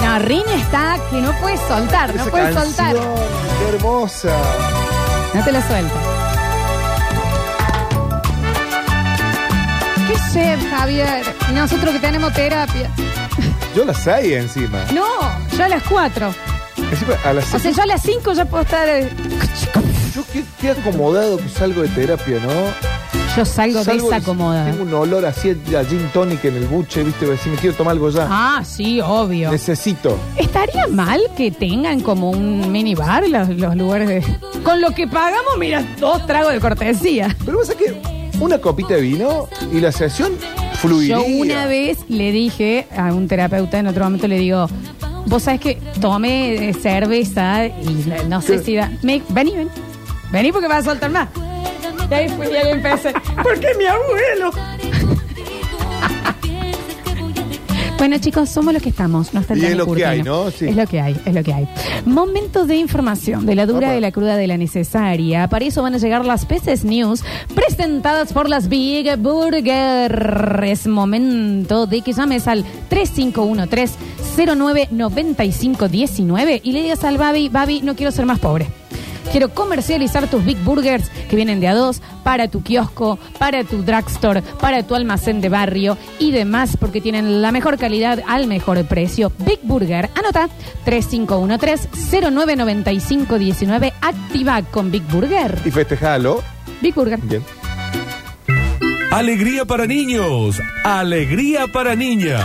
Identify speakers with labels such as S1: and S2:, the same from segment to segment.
S1: Marrín está que no puede soltar, no
S2: Esa
S1: puede
S2: canción,
S1: soltar.
S2: Qué hermosa.
S1: No te la suelto. ¿Qué chef, Javier? Y nosotros que tenemos terapia.
S2: Yo a las seis encima.
S1: No, yo a las 4.
S2: Encima, a las
S1: O sea,
S2: seis.
S1: yo a las 5 ya puedo estar. eh,
S2: Yo qué, qué acomodado que salgo de terapia, ¿no?
S1: Yo salgo
S2: Salgo y
S1: desacomodada.
S2: Tengo un olor así a gin tonic en el buche, ¿viste? Voy a decir, me quiero tomar algo ya.
S1: Ah, sí, obvio.
S2: Necesito.
S1: ¿Estaría mal que tengan como un minibar los, los lugares de. Con lo que pagamos, mira, dos tragos de cortesía.
S2: Pero pasa que una copita de vino y la sesión fluiría.
S1: Yo una vez le dije a un terapeuta, en otro momento le digo, vos sabés que tomé eh, cerveza y la- no sé
S2: ¿Qué?
S1: si da... Me, vení, vení. Vení porque vas a soltar más. Y ahí fui y ahí empecé. Porque mi abuelo. Bueno chicos, somos los que estamos. No está el
S2: Y es
S1: Dani
S2: lo que
S1: Curtino.
S2: hay, ¿no? Sí.
S1: Es lo que hay, es lo que hay. Momento de información, de la dura,
S2: Opa.
S1: de la cruda, de la necesaria. Para eso van a llegar las peces news presentadas por las Big Burger. Es momento de que llames al 3513-099519 y le digas al Babi, Babi, no quiero ser más pobre. Quiero comercializar tus Big Burgers que vienen de a dos para tu kiosco, para tu drugstore, para tu almacén de barrio y demás, porque tienen la mejor calidad al mejor precio. Big Burger, anota 3513-099519. Activa con Big Burger.
S2: Y festejalo.
S1: Big Burger.
S2: Bien.
S3: Alegría para niños, alegría para niñas.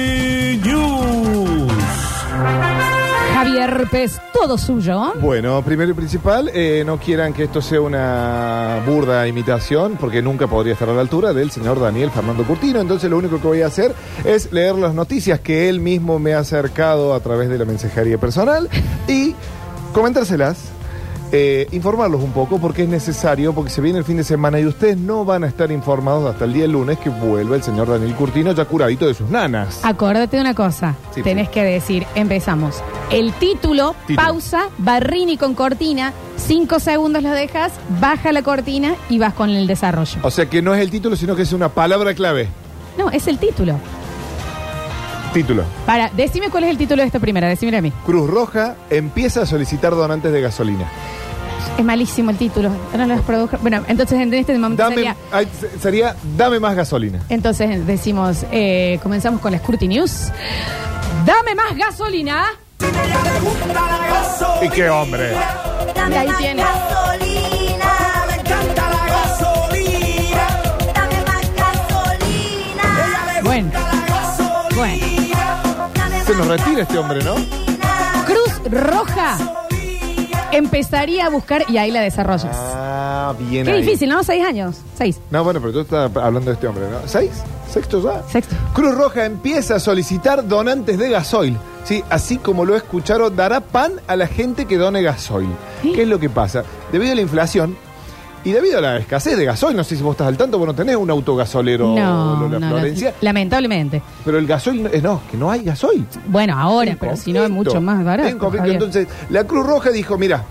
S3: News.
S1: Javier Pez, todo suyo.
S2: Bueno, primero y principal, eh, no quieran que esto sea una burda imitación, porque nunca podría estar a la altura del señor Daniel Fernando Curtino. Entonces, lo único que voy a hacer es leer las noticias que él mismo me ha acercado a través de la mensajería personal y comentárselas. eh, informarlos un poco porque es necesario, porque se viene el fin de semana y ustedes no van a estar informados hasta el día lunes que vuelve el señor Daniel Curtino ya curadito de sus nanas.
S1: Acuérdate de una cosa,
S2: Sí, pues.
S1: tenés que decir, empezamos. El título,
S2: Título.
S1: pausa, barrini con cortina, cinco segundos lo dejas, baja la cortina y vas con el desarrollo.
S2: O sea que no es el título, sino que es una palabra clave.
S1: No, es el título.
S2: Título.
S1: Para, decime cuál es el título de esta primera, decime a mí.
S2: Cruz Roja empieza a solicitar donantes de gasolina.
S1: Es malísimo el título, no lo has producido. Bueno, entonces en este momento
S2: Dame,
S1: sería...
S2: ay, se- sería dame más gasolina.
S1: Entonces decimos, eh, comenzamos con la Scurty News. Dame más gasolina.
S2: Y qué hombre.
S1: Y ahí tiene.
S4: gasolina, me encanta la gasolina. Dame más gasolina.
S1: Bueno, bueno.
S2: Se nos retira este hombre, ¿no?
S1: Cruz Roja empezaría a buscar y ahí la desarrollas.
S2: Ah, bien.
S1: Qué
S2: ahí.
S1: difícil, ¿no? Seis años. Seis.
S2: No, bueno, pero tú estás hablando de este hombre, ¿no? ¿Seis? ¿Sexto ya?
S1: Sexto.
S2: Cruz Roja empieza a solicitar donantes de gasoil. Sí, así como lo escucharon, dará pan a la gente que done gasoil.
S1: Sí.
S2: ¿Qué es lo que pasa? Debido a la inflación y debido a la escasez de gasoil, no sé si vos estás al tanto, vos no tenés un autogasolero
S1: No, no,
S2: Lola
S1: no,
S2: Florencia,
S1: lamentablemente.
S2: pero el gasoil, no- eh, no, que no hay gasoil.
S1: Bueno, ahora,
S2: En
S1: pero si no es
S2: conflicto.
S1: mucho más barato.
S2: En conflicto.
S1: Javier.
S2: Entonces, la Cruz Roja dijo, mira,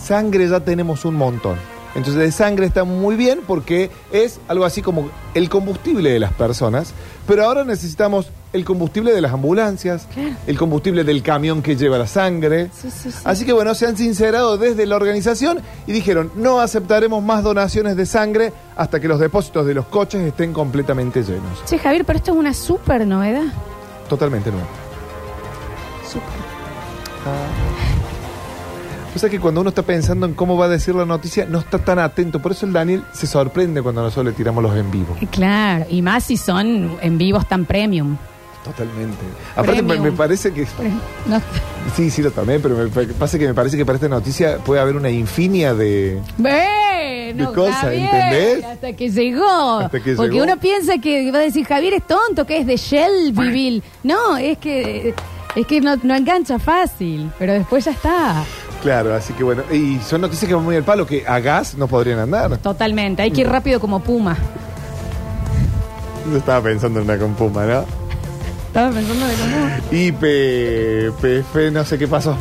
S2: sangre ya tenemos un montón. Entonces, de sangre está muy bien porque es algo así como el combustible de las personas, pero ahora necesitamos el combustible de las ambulancias, el combustible del camión que lleva la sangre.
S1: Sí, sí, sí.
S2: Así que bueno, se han sincerado desde la organización y dijeron, no aceptaremos más donaciones de sangre hasta que los depósitos de los coches estén completamente llenos.
S1: Che, Javier, pero esto es una super novedad.
S2: Totalmente nuevo. Ah. O sea que cuando uno está pensando en cómo va a decir la noticia, no está tan atento. Por eso el Daniel se sorprende cuando nosotros le tiramos los en vivo.
S1: Claro, y más si son en vivos tan premium.
S2: Totalmente. Aparte, me,
S1: Premium.
S2: me parece que.
S1: No-
S2: Sí, sí, lo también, pero me pa- pasa que me parece que para esta noticia puede haber una infinia de.
S1: Bueno,
S2: De cosa,
S1: Javier,
S2: ¿entendés?
S1: Hasta que llegó.
S2: Hasta que
S1: Porque
S2: llegó.
S1: uno piensa que va a decir Javier es tonto, que es de Shelbyville. No, es que es que no, no engancha fácil, pero después ya está.
S2: Claro, así que bueno. Y son noticias que van muy al palo, que a gas no podrían andar.
S1: Totalmente, hay que ir rápido como puma.
S2: Yo estaba pensando en una con Puma, ¿no?
S1: Estaba pensando de cómo.
S2: Y P- PF, no sé qué pasó.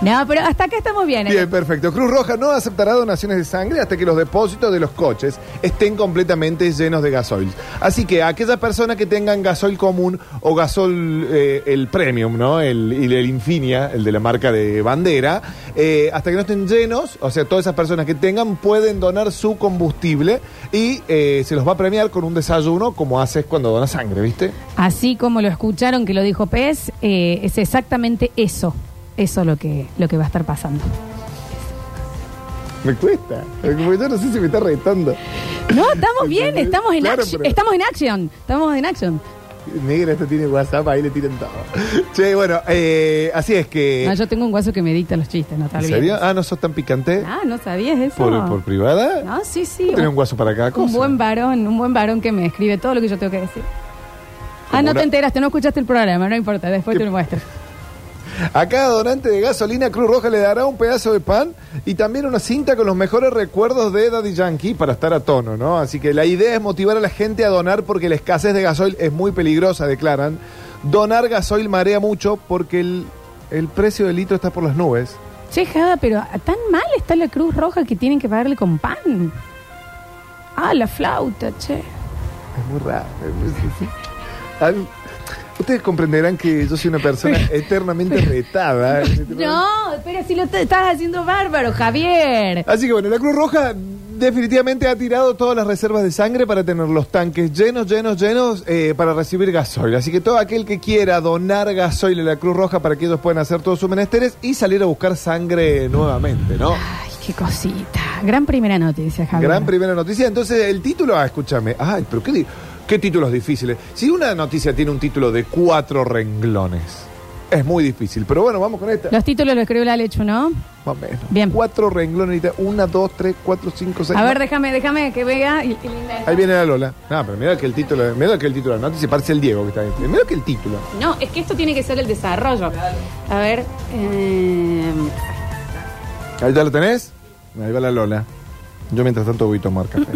S1: No, pero hasta acá estamos bien. ¿eh?
S2: Bien, perfecto. Cruz Roja no aceptará donaciones de sangre hasta que los depósitos de los coches estén completamente llenos de gasoil. Así que aquellas personas que tengan gasoil común o gasol eh, el premium, ¿no? El, y el Infinia, el de la marca de bandera, eh, hasta que no estén llenos, o sea, todas esas personas que tengan pueden donar su combustible y eh, se los va a premiar con un desayuno como haces cuando donas sangre, ¿viste?
S1: Así como lo escucharon que lo dijo Pez, eh, es exactamente eso. Eso lo que, lo que va a estar pasando.
S2: Me cuesta. Porque yo no sé si me está retando.
S1: No, estamos bien, estamos en,
S2: Claro,
S1: action,
S2: pero-
S1: estamos en action. Estamos en action.
S2: Negra, esto tiene WhatsApp, ahí le tiran todo. Che, bueno, eh, así es que.
S1: No, yo tengo un guaso que me dicta los chistes, no te
S2: ¿En
S1: olvides.
S2: serio? Ah, ¿no sos tan picante?
S1: Ah, ¿no sabías eso?
S2: ¿Por, por privada?
S1: No, sí, sí.
S2: ¿Tenés un guaso para cada
S1: Un
S2: cosa?
S1: buen varón, un buen varón que me escribe todo lo que yo tengo que decir. Ah,
S2: Como
S1: no
S2: una-
S1: te enteraste, no escuchaste el programa, no importa, después te lo muestro.
S2: A cada donante de gasolina, Cruz Roja le dará un pedazo de pan y también una cinta con los mejores recuerdos de Daddy Yankee para estar a tono, ¿no? Así que la idea es motivar a la gente a donar porque la escasez de gasoil es muy peligrosa, declaran. Donar gasoil marea mucho porque el, el precio del litro está por las nubes.
S1: Che, Jada, pero tan mal está la Cruz Roja que tienen que pagarle con pan. Ah, la flauta, che.
S2: Es muy raro. Al- Ustedes comprenderán que yo soy una persona eternamente retada.
S1: No, pero si lo te- estás haciendo bárbaro, Javier.
S2: Así que bueno, la Cruz Roja definitivamente ha tirado todas las reservas de sangre para tener los tanques llenos, llenos, llenos eh, para recibir gasoil. Así que todo aquel que quiera donar gasoil a la Cruz Roja para que ellos puedan hacer todos sus menesteres y salir a buscar sangre nuevamente, ¿no?
S1: Ay, qué cosita. Gran primera noticia, Javier.
S2: Gran primera noticia. Entonces, el título, ah, escúchame. Ay, pero qué, di- qué títulos difíciles. Si una noticia tiene un título de cuatro renglones, es muy difícil. Pero bueno, vamos con esta.
S1: Los títulos los escribió la lechu, ¿no?
S2: Más o menos.
S1: Bien.
S2: Cuatro renglones. necesita Una, dos, tres, cuatro, cinco, seis.
S1: A
S2: no.
S1: ver, déjame, déjame que vea. y- y linda.
S2: Ahí viene la Lola. No, pero mira que el título, mira que el título de la noticia parece el Diego que está ahí. Mira que el título.
S1: No, es que esto tiene que ser el desarrollo. A ver. eh,
S2: Ahí ya lo tenés. Ahí va la Lola. Yo mientras tanto voy a tomar café.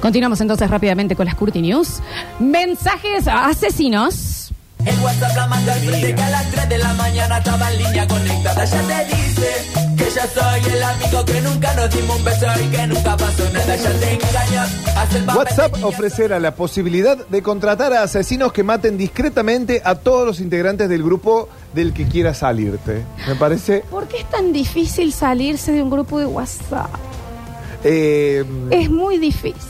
S1: Continuamos entonces rápidamente con las Curti News. Mensajes a asesinos.
S5: El WhatsApp la manda al frente que a las 3 de la mañana estaba en línea conectada. Ya te dice que ya soy el amigo que nunca nos dimos un beso y que nunca pasó nada. Ya te engañas, hace el papel
S2: WhatsApp
S5: de niña.
S2: ofrecerá la posibilidad de contratar a asesinos que maten discretamente a todos los integrantes del grupo del que quiera salirte. Me parece.
S1: ¿Por qué es tan difícil salirse de un grupo de WhatsApp?
S2: eh,
S1: Es muy difícil.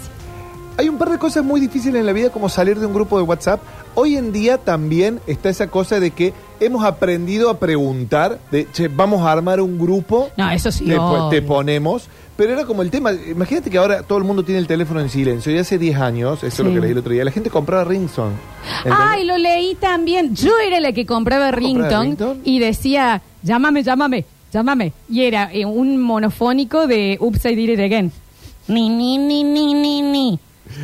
S2: hay un par de cosas muy difíciles en la vida como salir de un grupo de WhatsApp. Hoy en día también está esa cosa de que hemos aprendido a preguntar, de che, vamos a armar un grupo.
S1: No, eso sí.
S2: Te,
S1: obvio.
S2: po- te ponemos. Pero era como el tema. Imagínate que ahora todo el mundo tiene el teléfono en silencio. Y hace 10 años, eso es lo
S1: Sí.
S2: que leí el otro día, la gente compraba Ringson. ¿entendés?
S1: Ay, lo leí también. Yo era la que compraba
S2: ¿Compraba
S1: Rington
S2: ringtone?
S1: y decía, llámame, llámame, llámame. Y era eh, un monofónico de Oops, I Did It Again. Ni, ni, ni, ni, ni, ni.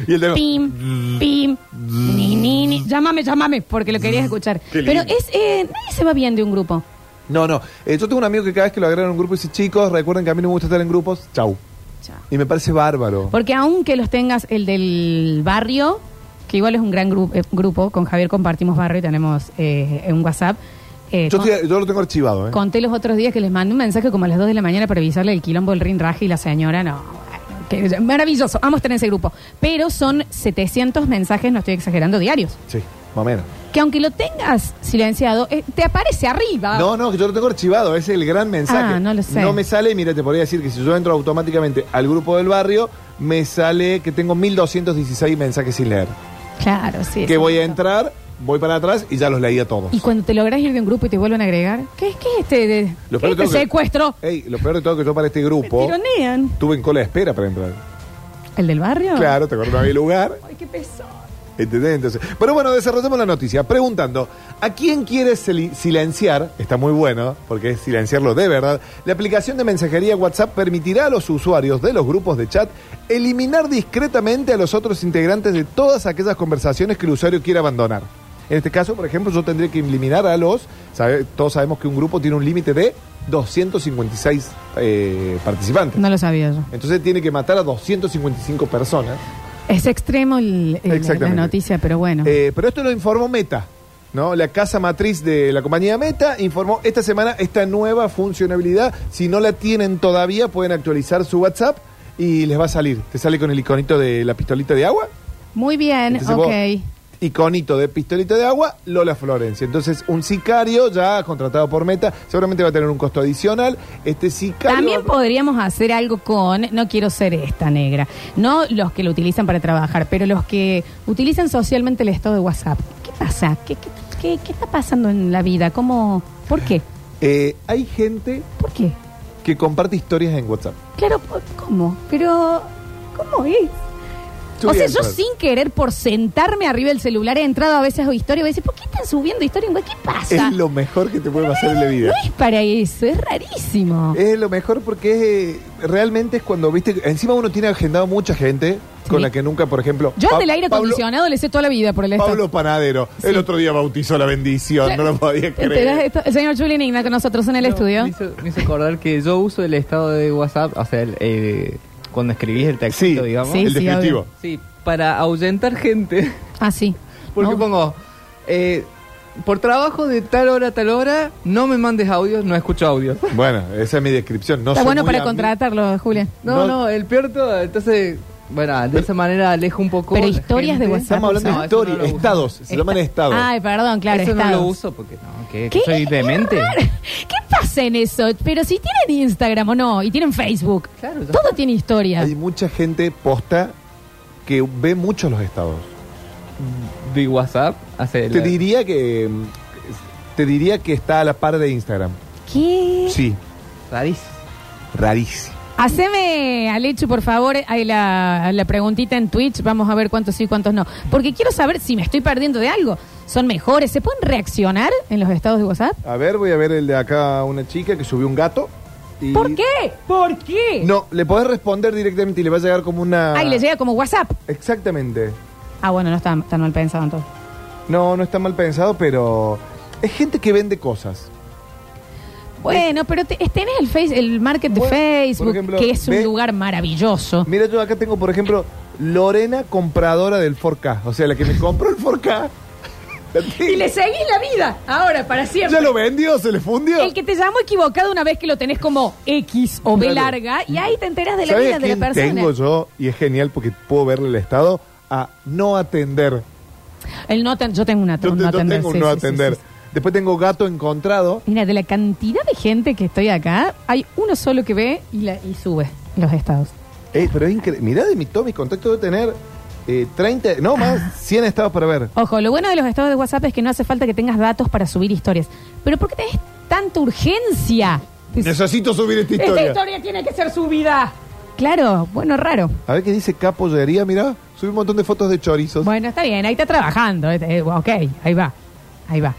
S2: Y el teléfono-
S1: Pim, pim, ni, ni, ni. Llámame, llámame, porque lo querías escuchar.
S2: Qué
S1: Pero
S2: lindo.
S1: es, eh, nadie se va bien de un grupo.
S2: No, no. Eh, yo tengo un amigo que cada vez que lo agregan a un grupo dice, chicos, recuerden que a mí no me gusta estar en grupos. Chau.
S1: Chao.
S2: Y me parece bárbaro.
S1: Porque aunque los tengas el del barrio, que igual es un gran gru- eh, grupo, con Javier compartimos barrio y tenemos eh, un WhatsApp. eh,
S2: Yo,
S1: con-
S2: estoy- yo lo tengo archivado, ¿eh?
S1: Conté los otros días que les mandé un mensaje como a las 2 de la mañana para avisarle el quilombo del rinraje y la señora, no. bueno, que- maravilloso, vamos a estar en ese grupo. Pero son 700 mensajes, no estoy exagerando, diarios.
S2: Sí, más o menos.
S1: Que aunque lo tengas silenciado, eh, te aparece arriba.
S2: No, no, que yo lo tengo archivado, ese es el gran mensaje.
S1: Ah, no lo sé.
S2: No me sale, mira, te podría decir que si yo entro automáticamente al grupo del barrio, me sale que tengo 1216 mensajes sin leer.
S1: Claro, sí.
S2: que
S1: sí,
S2: voy
S1: sí.
S2: a entrar, voy para atrás y ya los leí a todos.
S1: Y cuando te logras ir de un grupo y te vuelven a agregar, ¿qué, qué es este, de,
S2: Lo
S1: qué
S2: peor
S1: es este
S2: de todo que-
S1: secuestro?
S2: Ey, lo peor de todo que yo para este
S1: Me
S2: grupo
S1: tironean.
S2: tuve en cola de espera para entrar.
S1: ¿El del barrio?
S2: Claro, te acuerdas, no había lugar.
S1: Ay, qué pesado.
S2: ¿Entendés? Entonces, pero bueno, desarrollemos la noticia preguntando, ¿a quién quieres sili- silenciar? Está muy bueno, porque es silenciarlo de verdad. La aplicación de mensajería WhatsApp permitirá a los usuarios de los grupos de chat eliminar discretamente a los otros integrantes de todas aquellas conversaciones que el usuario quiera abandonar. En este caso, por ejemplo, yo tendría que eliminar a los, sabe- todos sabemos que un grupo tiene un límite de 256 eh, participantes.
S1: No lo sabía yo.
S2: Entonces tiene que matar a 255 personas
S1: Es extremo el- el- la- la
S2: Exactamente.
S1: noticia, pero bueno.
S2: Eh, pero esto lo informó Meta, ¿no? La casa matriz de la compañía Meta informó esta semana esta nueva funcionalidad. Si no la tienen todavía, pueden actualizar su WhatsApp y les va a salir. Te sale con el iconito de la pistolita de agua.
S1: Muy bien,
S2: Entonces
S1: ok.
S2: vos, iconito de pistolita de agua, Lola Florencia. Entonces, un sicario ya contratado por Meta, seguramente va a tener un costo adicional. Este sicario.
S1: También podríamos hacer algo con, no quiero ser esta negra, no los que lo utilizan para trabajar, pero los que utilizan socialmente el estado de WhatsApp. ¿Qué pasa? ¿Qué, qué, qué- qué está pasando en la vida? ¿Cómo? ¿Por qué?
S2: Eh, hay gente
S1: ¿Por qué?
S2: que comparte historias en WhatsApp.
S1: Claro, po- ¿cómo? Pero, ¿cómo es?
S2: Yo
S1: o
S2: voy
S1: sea,
S2: a
S1: yo
S2: entrar.
S1: sin querer por sentarme arriba del celular he entrado a veces a historia y voy a decir, ¿por qué están subiendo historia? ¿Qué pasa?
S2: Es lo mejor que te puede pasar en la vida. Eh,
S1: No es para eso, es rarísimo.
S2: Es lo mejor porque es, eh, realmente es cuando, viste, encima uno tiene agendado mucha gente con
S1: Sí.
S2: la que nunca, por ejemplo.
S1: Yo
S2: Pa-
S1: al del aire
S2: Pablo-
S1: acondicionado le sé toda la vida por el estado.
S2: Pablo Panadero, el
S1: Sí.
S2: otro día bautizó la bendición, no lo podía
S1: ¿Te enterás de
S2: creer.
S1: esto? El señor Julian Igna con nosotros en el
S6: No,
S1: estudio.
S6: Me hizo, me hizo acordar que yo uso el estado de WhatsApp, o sea, el, eh, cuando escribís el texto,
S2: Sí,
S6: digamos.
S1: Sí,
S2: el
S1: sí,
S2: definitivo.
S1: obvio.
S6: Sí, para ahuyentar gente.
S1: Ah, sí.
S6: Porque
S1: No.
S6: pongo, eh, por trabajo de tal hora a tal hora, no me mandes audios, no escucho audios.
S2: Bueno, esa es mi descripción. No
S1: Está
S2: soy
S1: bueno
S2: muy
S1: para
S2: ami-
S1: contratarlo, Julián.
S6: No, no,
S2: No.
S6: el peor todo, entonces, bueno, de esa manera alejo un poco.
S1: Pero
S6: la
S1: historias de
S6: gente.
S1: WhatsApp.
S2: Estamos hablando
S6: No,
S2: de
S6: eso no
S2: historia,
S6: lo uso.
S2: estados, se
S1: Está- Ah,
S2: llaman estados.
S1: Ay, perdón, claro,
S6: Eso no
S1: estados.
S6: lo uso porque no, que, que
S1: ¿Qué?
S6: soy demente.
S1: ¿Qué pasa en eso? Pero si tienen Instagram o no, y tienen Facebook,
S6: Claro, ya
S1: todo tiene historia.
S2: Hay mucha gente posta que ve mucho los estados.
S6: De WhatsApp hace
S2: Te
S6: la-
S2: diría que mm, te diría que está a la par de Instagram.
S1: ¿Qué?
S2: Sí,
S6: rarísimo.
S2: rarísimo.
S1: Haceme, Alechu, por favor, ahí la, la preguntita en Twitch. Vamos a ver cuántos sí, cuántos no. Porque quiero saber si me estoy perdiendo de algo. ¿Son mejores? ¿Se pueden reaccionar en los estados de WhatsApp?
S2: A ver, voy a ver el de acá una chica que subió un gato. y-
S1: ¿Por qué? ¿Por qué?
S2: No, le podés responder directamente y le va a llegar como una.
S1: Ahí le llega como WhatsApp.
S2: Exactamente.
S1: Ah, bueno, no está tan mal pensado entonces.
S2: No, no está mal pensado, pero es gente que vende cosas.
S1: Bueno, pero te- es- tenés el, face, el market de
S2: Bueno, por
S1: Facebook,
S2: ejemplo,
S1: que es un
S2: ve-
S1: lugar maravilloso.
S2: Mira, yo acá tengo, por ejemplo, Lorena compradora del 4K. O sea, la que me compró el 4K. La tía.
S1: Y le seguís la vida, ahora, para siempre.
S2: ¿Ya lo vendió? ¿Se le fundió?
S1: El que te llamó equivocado una vez que lo tenés como X o B
S2: Claro.
S1: larga, y ahí te enteras de la
S2: ¿Sabes
S1: vida
S2: a
S1: de la
S2: quién
S1: persona.
S2: tengo yo? Y es genial porque puedo verle el estado a no atender.
S1: El no ten- yo tengo una
S2: Yo
S1: un
S2: te-
S1: no
S2: yo
S1: atender.
S2: tengo un
S1: sí, sí,
S2: no
S1: sí,
S2: atender.
S1: sí, sí.
S2: Después tengo gato encontrado.
S1: Mira, de la cantidad de gente que estoy acá, hay uno solo que ve ¿eh? y, la, y sube los estados.
S2: Eh, pero es increíble. Mirá, de mi, todos mis contactos debo tener eh, 30, no
S1: Ah.
S2: más, 100 estados para ver.
S1: Ojo, lo bueno de los estados de WhatsApp es que no hace falta que tengas datos para subir historias. Pero ¿por qué tenés tanta urgencia?
S2: Necesito subir esta historia.
S1: tiene que ser subida. Claro, bueno, raro.
S2: A ver qué dice capollería, mirá. Subí un montón de fotos de chorizos.
S1: Bueno, está bien, ahí está trabajando. eh, eh, Ok, ahí va, ahí va.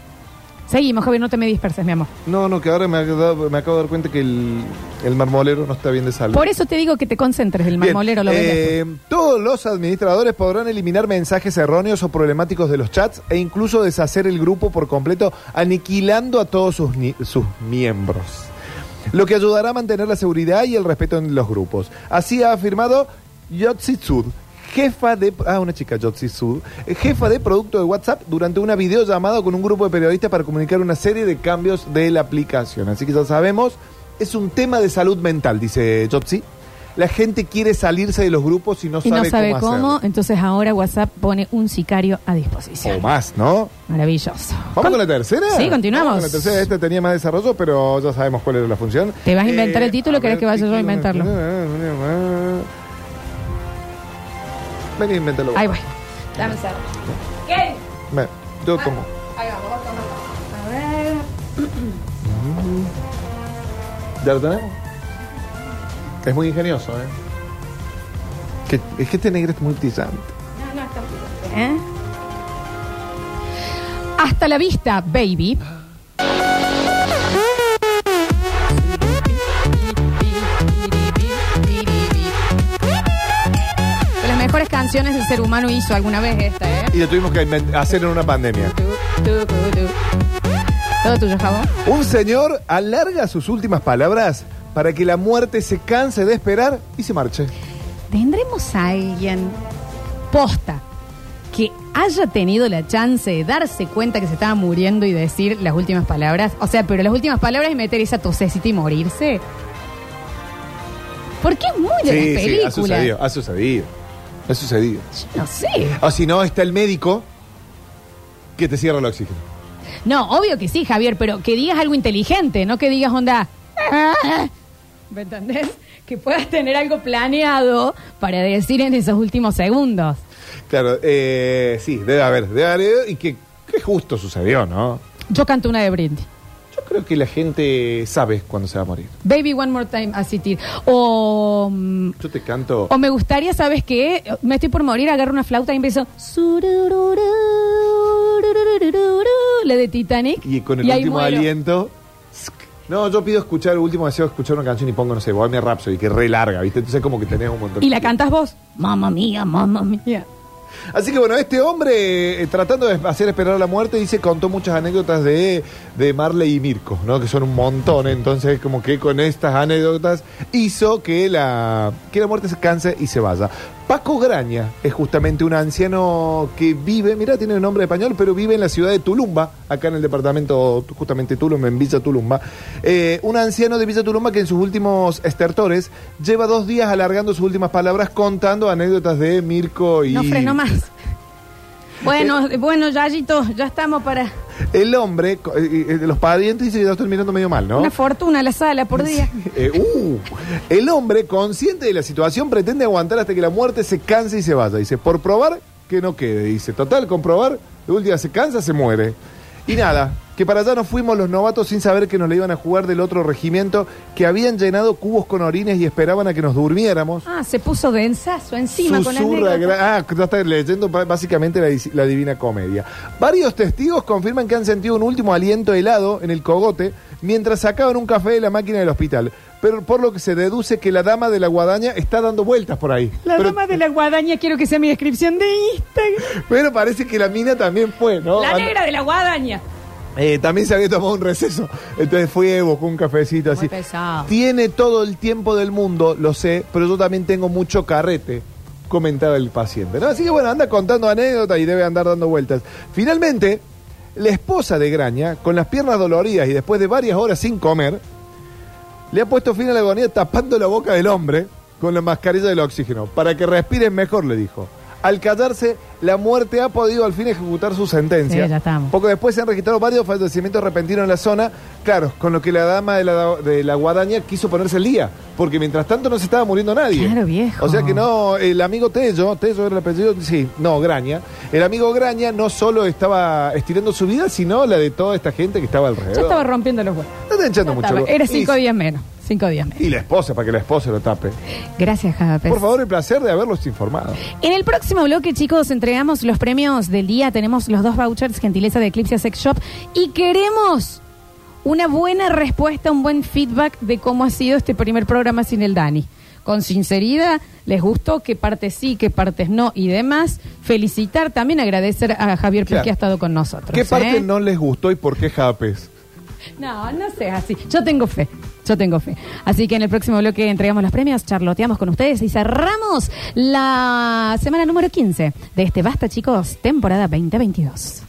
S1: Seguimos, Javier, no te me disperses, mi amor.
S2: No, no, que ahora me, ha dado- me acabo de dar cuenta que el, el marmolero no está bien de salud.
S1: Por eso te digo que te concentres, el
S2: Bien,
S1: marmolero lo ves después.
S2: eh, Todos los administradores podrán eliminar mensajes erróneos o problemáticos de los chats e incluso deshacer el grupo por completo, aniquilando a todos sus, ni- sus miembros. Lo que ayudará a mantener la seguridad y el respeto en los grupos. Así ha afirmado Yotsitsud, jefa de. Ah, una chica, Yotsitsud. eh, Jefa de producto de WhatsApp durante una videollamada con un grupo de periodistas para comunicar una serie de cambios de la aplicación. Así que ya sabemos, es un tema de salud mental, dice Yotsi. La gente quiere salirse de los grupos y no
S1: Y
S2: sabe,
S1: no sabe
S2: cómo,
S1: cómo,
S2: hacerlo.
S1: entonces ahora WhatsApp pone un sicario a disposición.
S2: O más, ¿no?
S1: Maravilloso.
S2: ¿Vamos
S1: Con-
S2: con la tercera?
S1: Sí, continuamos.
S2: Vamos con la tercera, esta tenía más desarrollo, pero ya sabemos cuál era la función. Eh,
S1: ¿Te vas a inventar el título o querés
S2: ver,
S1: que vaya yo a
S2: título,
S1: inventarlo?
S2: Vení, inventalo. vos.
S1: Ahí voy. Dame un segundo. ¿Qué?
S2: Ven, yo tomo.
S1: Ahí vamos, vamos, vamos. A ver.
S2: ¿Ya lo tenemos? Es muy ingenioso, ¿eh? Que- es que este negro es muy brillante.
S1: ¿Eh? Hasta la vista, baby. De las mejores canciones del ser humano hizo alguna vez esta, ¿eh?
S2: Y lo tuvimos que invent- hacer en una pandemia.
S1: Tu, tu, tu, tu. Todo tuyo, Javo.
S2: Un señor alarga sus últimas palabras para que la muerte se canse de esperar y se marche.
S1: ¿Tendremos a alguien posta que haya tenido la chance de darse cuenta que se estaba muriendo y decir las últimas palabras. O sea, pero las últimas palabras y meter esa tosecita y morirse. Porque es muy de las
S2: ha
S1: películas.
S2: sucedido, ha sucedido. Ha sucedido.
S1: no sé.
S2: O si no, está el médico que te cierra el oxígeno.
S1: No, obvio que sí, Javier, pero que digas algo inteligente, no que digas onda. ¿Me entendés? Que puedas tener algo planeado para decir en esos últimos segundos.
S2: Claro, eh, sí, debe haber, debe haber, y que, que justo sucedió, ¿no?
S1: Yo canto una de Britney.
S2: Yo creo que la gente sabe cuándo se va a morir.
S1: Baby One More Time, así tir. O, mm,
S2: Yo te canto.
S1: o me gustaría, ¿sabes qué? Me estoy por morir, agarro una flauta y empiezo. surururu, rururururu, La de Titanic.
S2: Y con el
S1: ahí
S2: último
S1: muero.
S2: aliento. sk. No, yo pido escuchar, el último deseo es escuchar una canción y pongo, no sé, Bohemia Rhapsody, que es re larga, ¿viste? Entonces como que tenés un montón.
S1: Y la cantas vos. Mamma mía, mamma mía.
S2: Así que bueno, este hombre, eh, tratando de hacer esperar la muerte, dice, contó muchas anécdotas de, de Marley y Mirko, ¿no? Que son un montón, entonces como que con estas anécdotas hizo que la, que la muerte se canse y se vaya. Paco Graña es justamente un anciano que vive, mira, tiene un nombre español, pero vive en la ciudad de Tulumba, acá en el departamento justamente Tulumba, en Villa Tulumba. Eh, un anciano de Villa Tulumba que en sus últimos estertores lleva dos días alargando sus últimas palabras contando anécdotas de Mirko y...
S1: No freno más. Bueno, bueno, Yayito, ya estamos para
S2: El hombre, co- eh, eh, los parientes dicen que ya están mirando medio mal, ¿no?
S1: una fortuna a la sala por día.
S2: Eh, uh, el hombre, consciente de la situación, pretende aguantar hasta que la muerte se canse y se vaya. Dice, por probar que no quede. Dice, total, comprobar, de última se cansa, se muere. Y nada, que para allá nos fuimos los novatos sin saber que nos le iban a jugar del otro regimiento, que habían llenado cubos con orines y esperaban a que nos durmiéramos.
S1: Ah, se puso densazo encima con
S2: Susurra,
S1: la negra.
S2: gra- ah, ya está leyendo ba- básicamente la, dis- la Divina Comedia. Varios testigos confirman que han sentido un último aliento helado en el cogote mientras sacaban un café de la máquina del hospital. Pero por lo que se deduce que la dama de la guadaña está dando vueltas por ahí.
S1: La
S2: pero,
S1: dama de la guadaña, quiero que sea mi descripción de Instagram.
S2: pero parece que la mina también fue, ¿no?
S1: La
S2: An-
S1: negra de la guadaña.
S2: Eh, también se había tomado un receso. Entonces fue, buscó un cafecito así.
S1: pesado.
S2: Tiene todo el tiempo del mundo, lo sé, pero yo también tengo mucho carrete, comentaba el paciente. ¿no? Así que bueno, anda contando anécdotas y debe andar dando vueltas. Finalmente, la esposa de Graña, con las piernas doloridas y después de varias horas sin comer, le ha puesto fin a la agonía tapando la boca del hombre con la mascarilla del oxígeno. Para que respires mejor, le dijo. Al callarse, la muerte ha podido al fin ejecutar su sentencia.
S1: Sí, ya estamos.
S2: Poco después se han registrado varios fallecimientos repentinos en la zona. Claro, con lo que la dama de la, de la guadaña quiso ponerse el día. Porque mientras tanto no se estaba muriendo nadie.
S1: Claro, viejo.
S2: O sea que no, el amigo Tello, Tello era el apellido, sí, no, Graña. El amigo Graña no solo estaba estirando su vida, sino la de toda esta gente que estaba alrededor.
S1: Yo estaba rompiendo los huevos.
S2: No te echando mucho.
S1: Estaba-
S2: huevo.
S1: Era cinco
S2: Y-
S1: días menos. Cinco días menos.
S2: y la esposa, para que la esposa lo tape.
S1: Gracias, Javapes.
S2: Por favor, el placer de haberlos informado.
S1: En el próximo bloque, chicos, entregamos los premios del día. Tenemos los dos vouchers, gentileza de Eclipse Sex Shop. Y queremos una buena respuesta, un buen feedback de cómo ha sido este primer programa sin el Dani. Con sinceridad, les gustó, qué partes sí, qué partes no y demás. Felicitar, también agradecer a Javier Piqué
S2: Claro.
S1: que ha estado con nosotros.
S2: ¿Qué parte
S1: ¿eh?
S2: no les gustó y por qué japes?
S1: No, no seas así. Yo tengo fe. Yo tengo fe. Así que en el próximo bloque entregamos los premios, charloteamos con ustedes y cerramos la semana número 15 de este Basta, chicos, temporada 2022.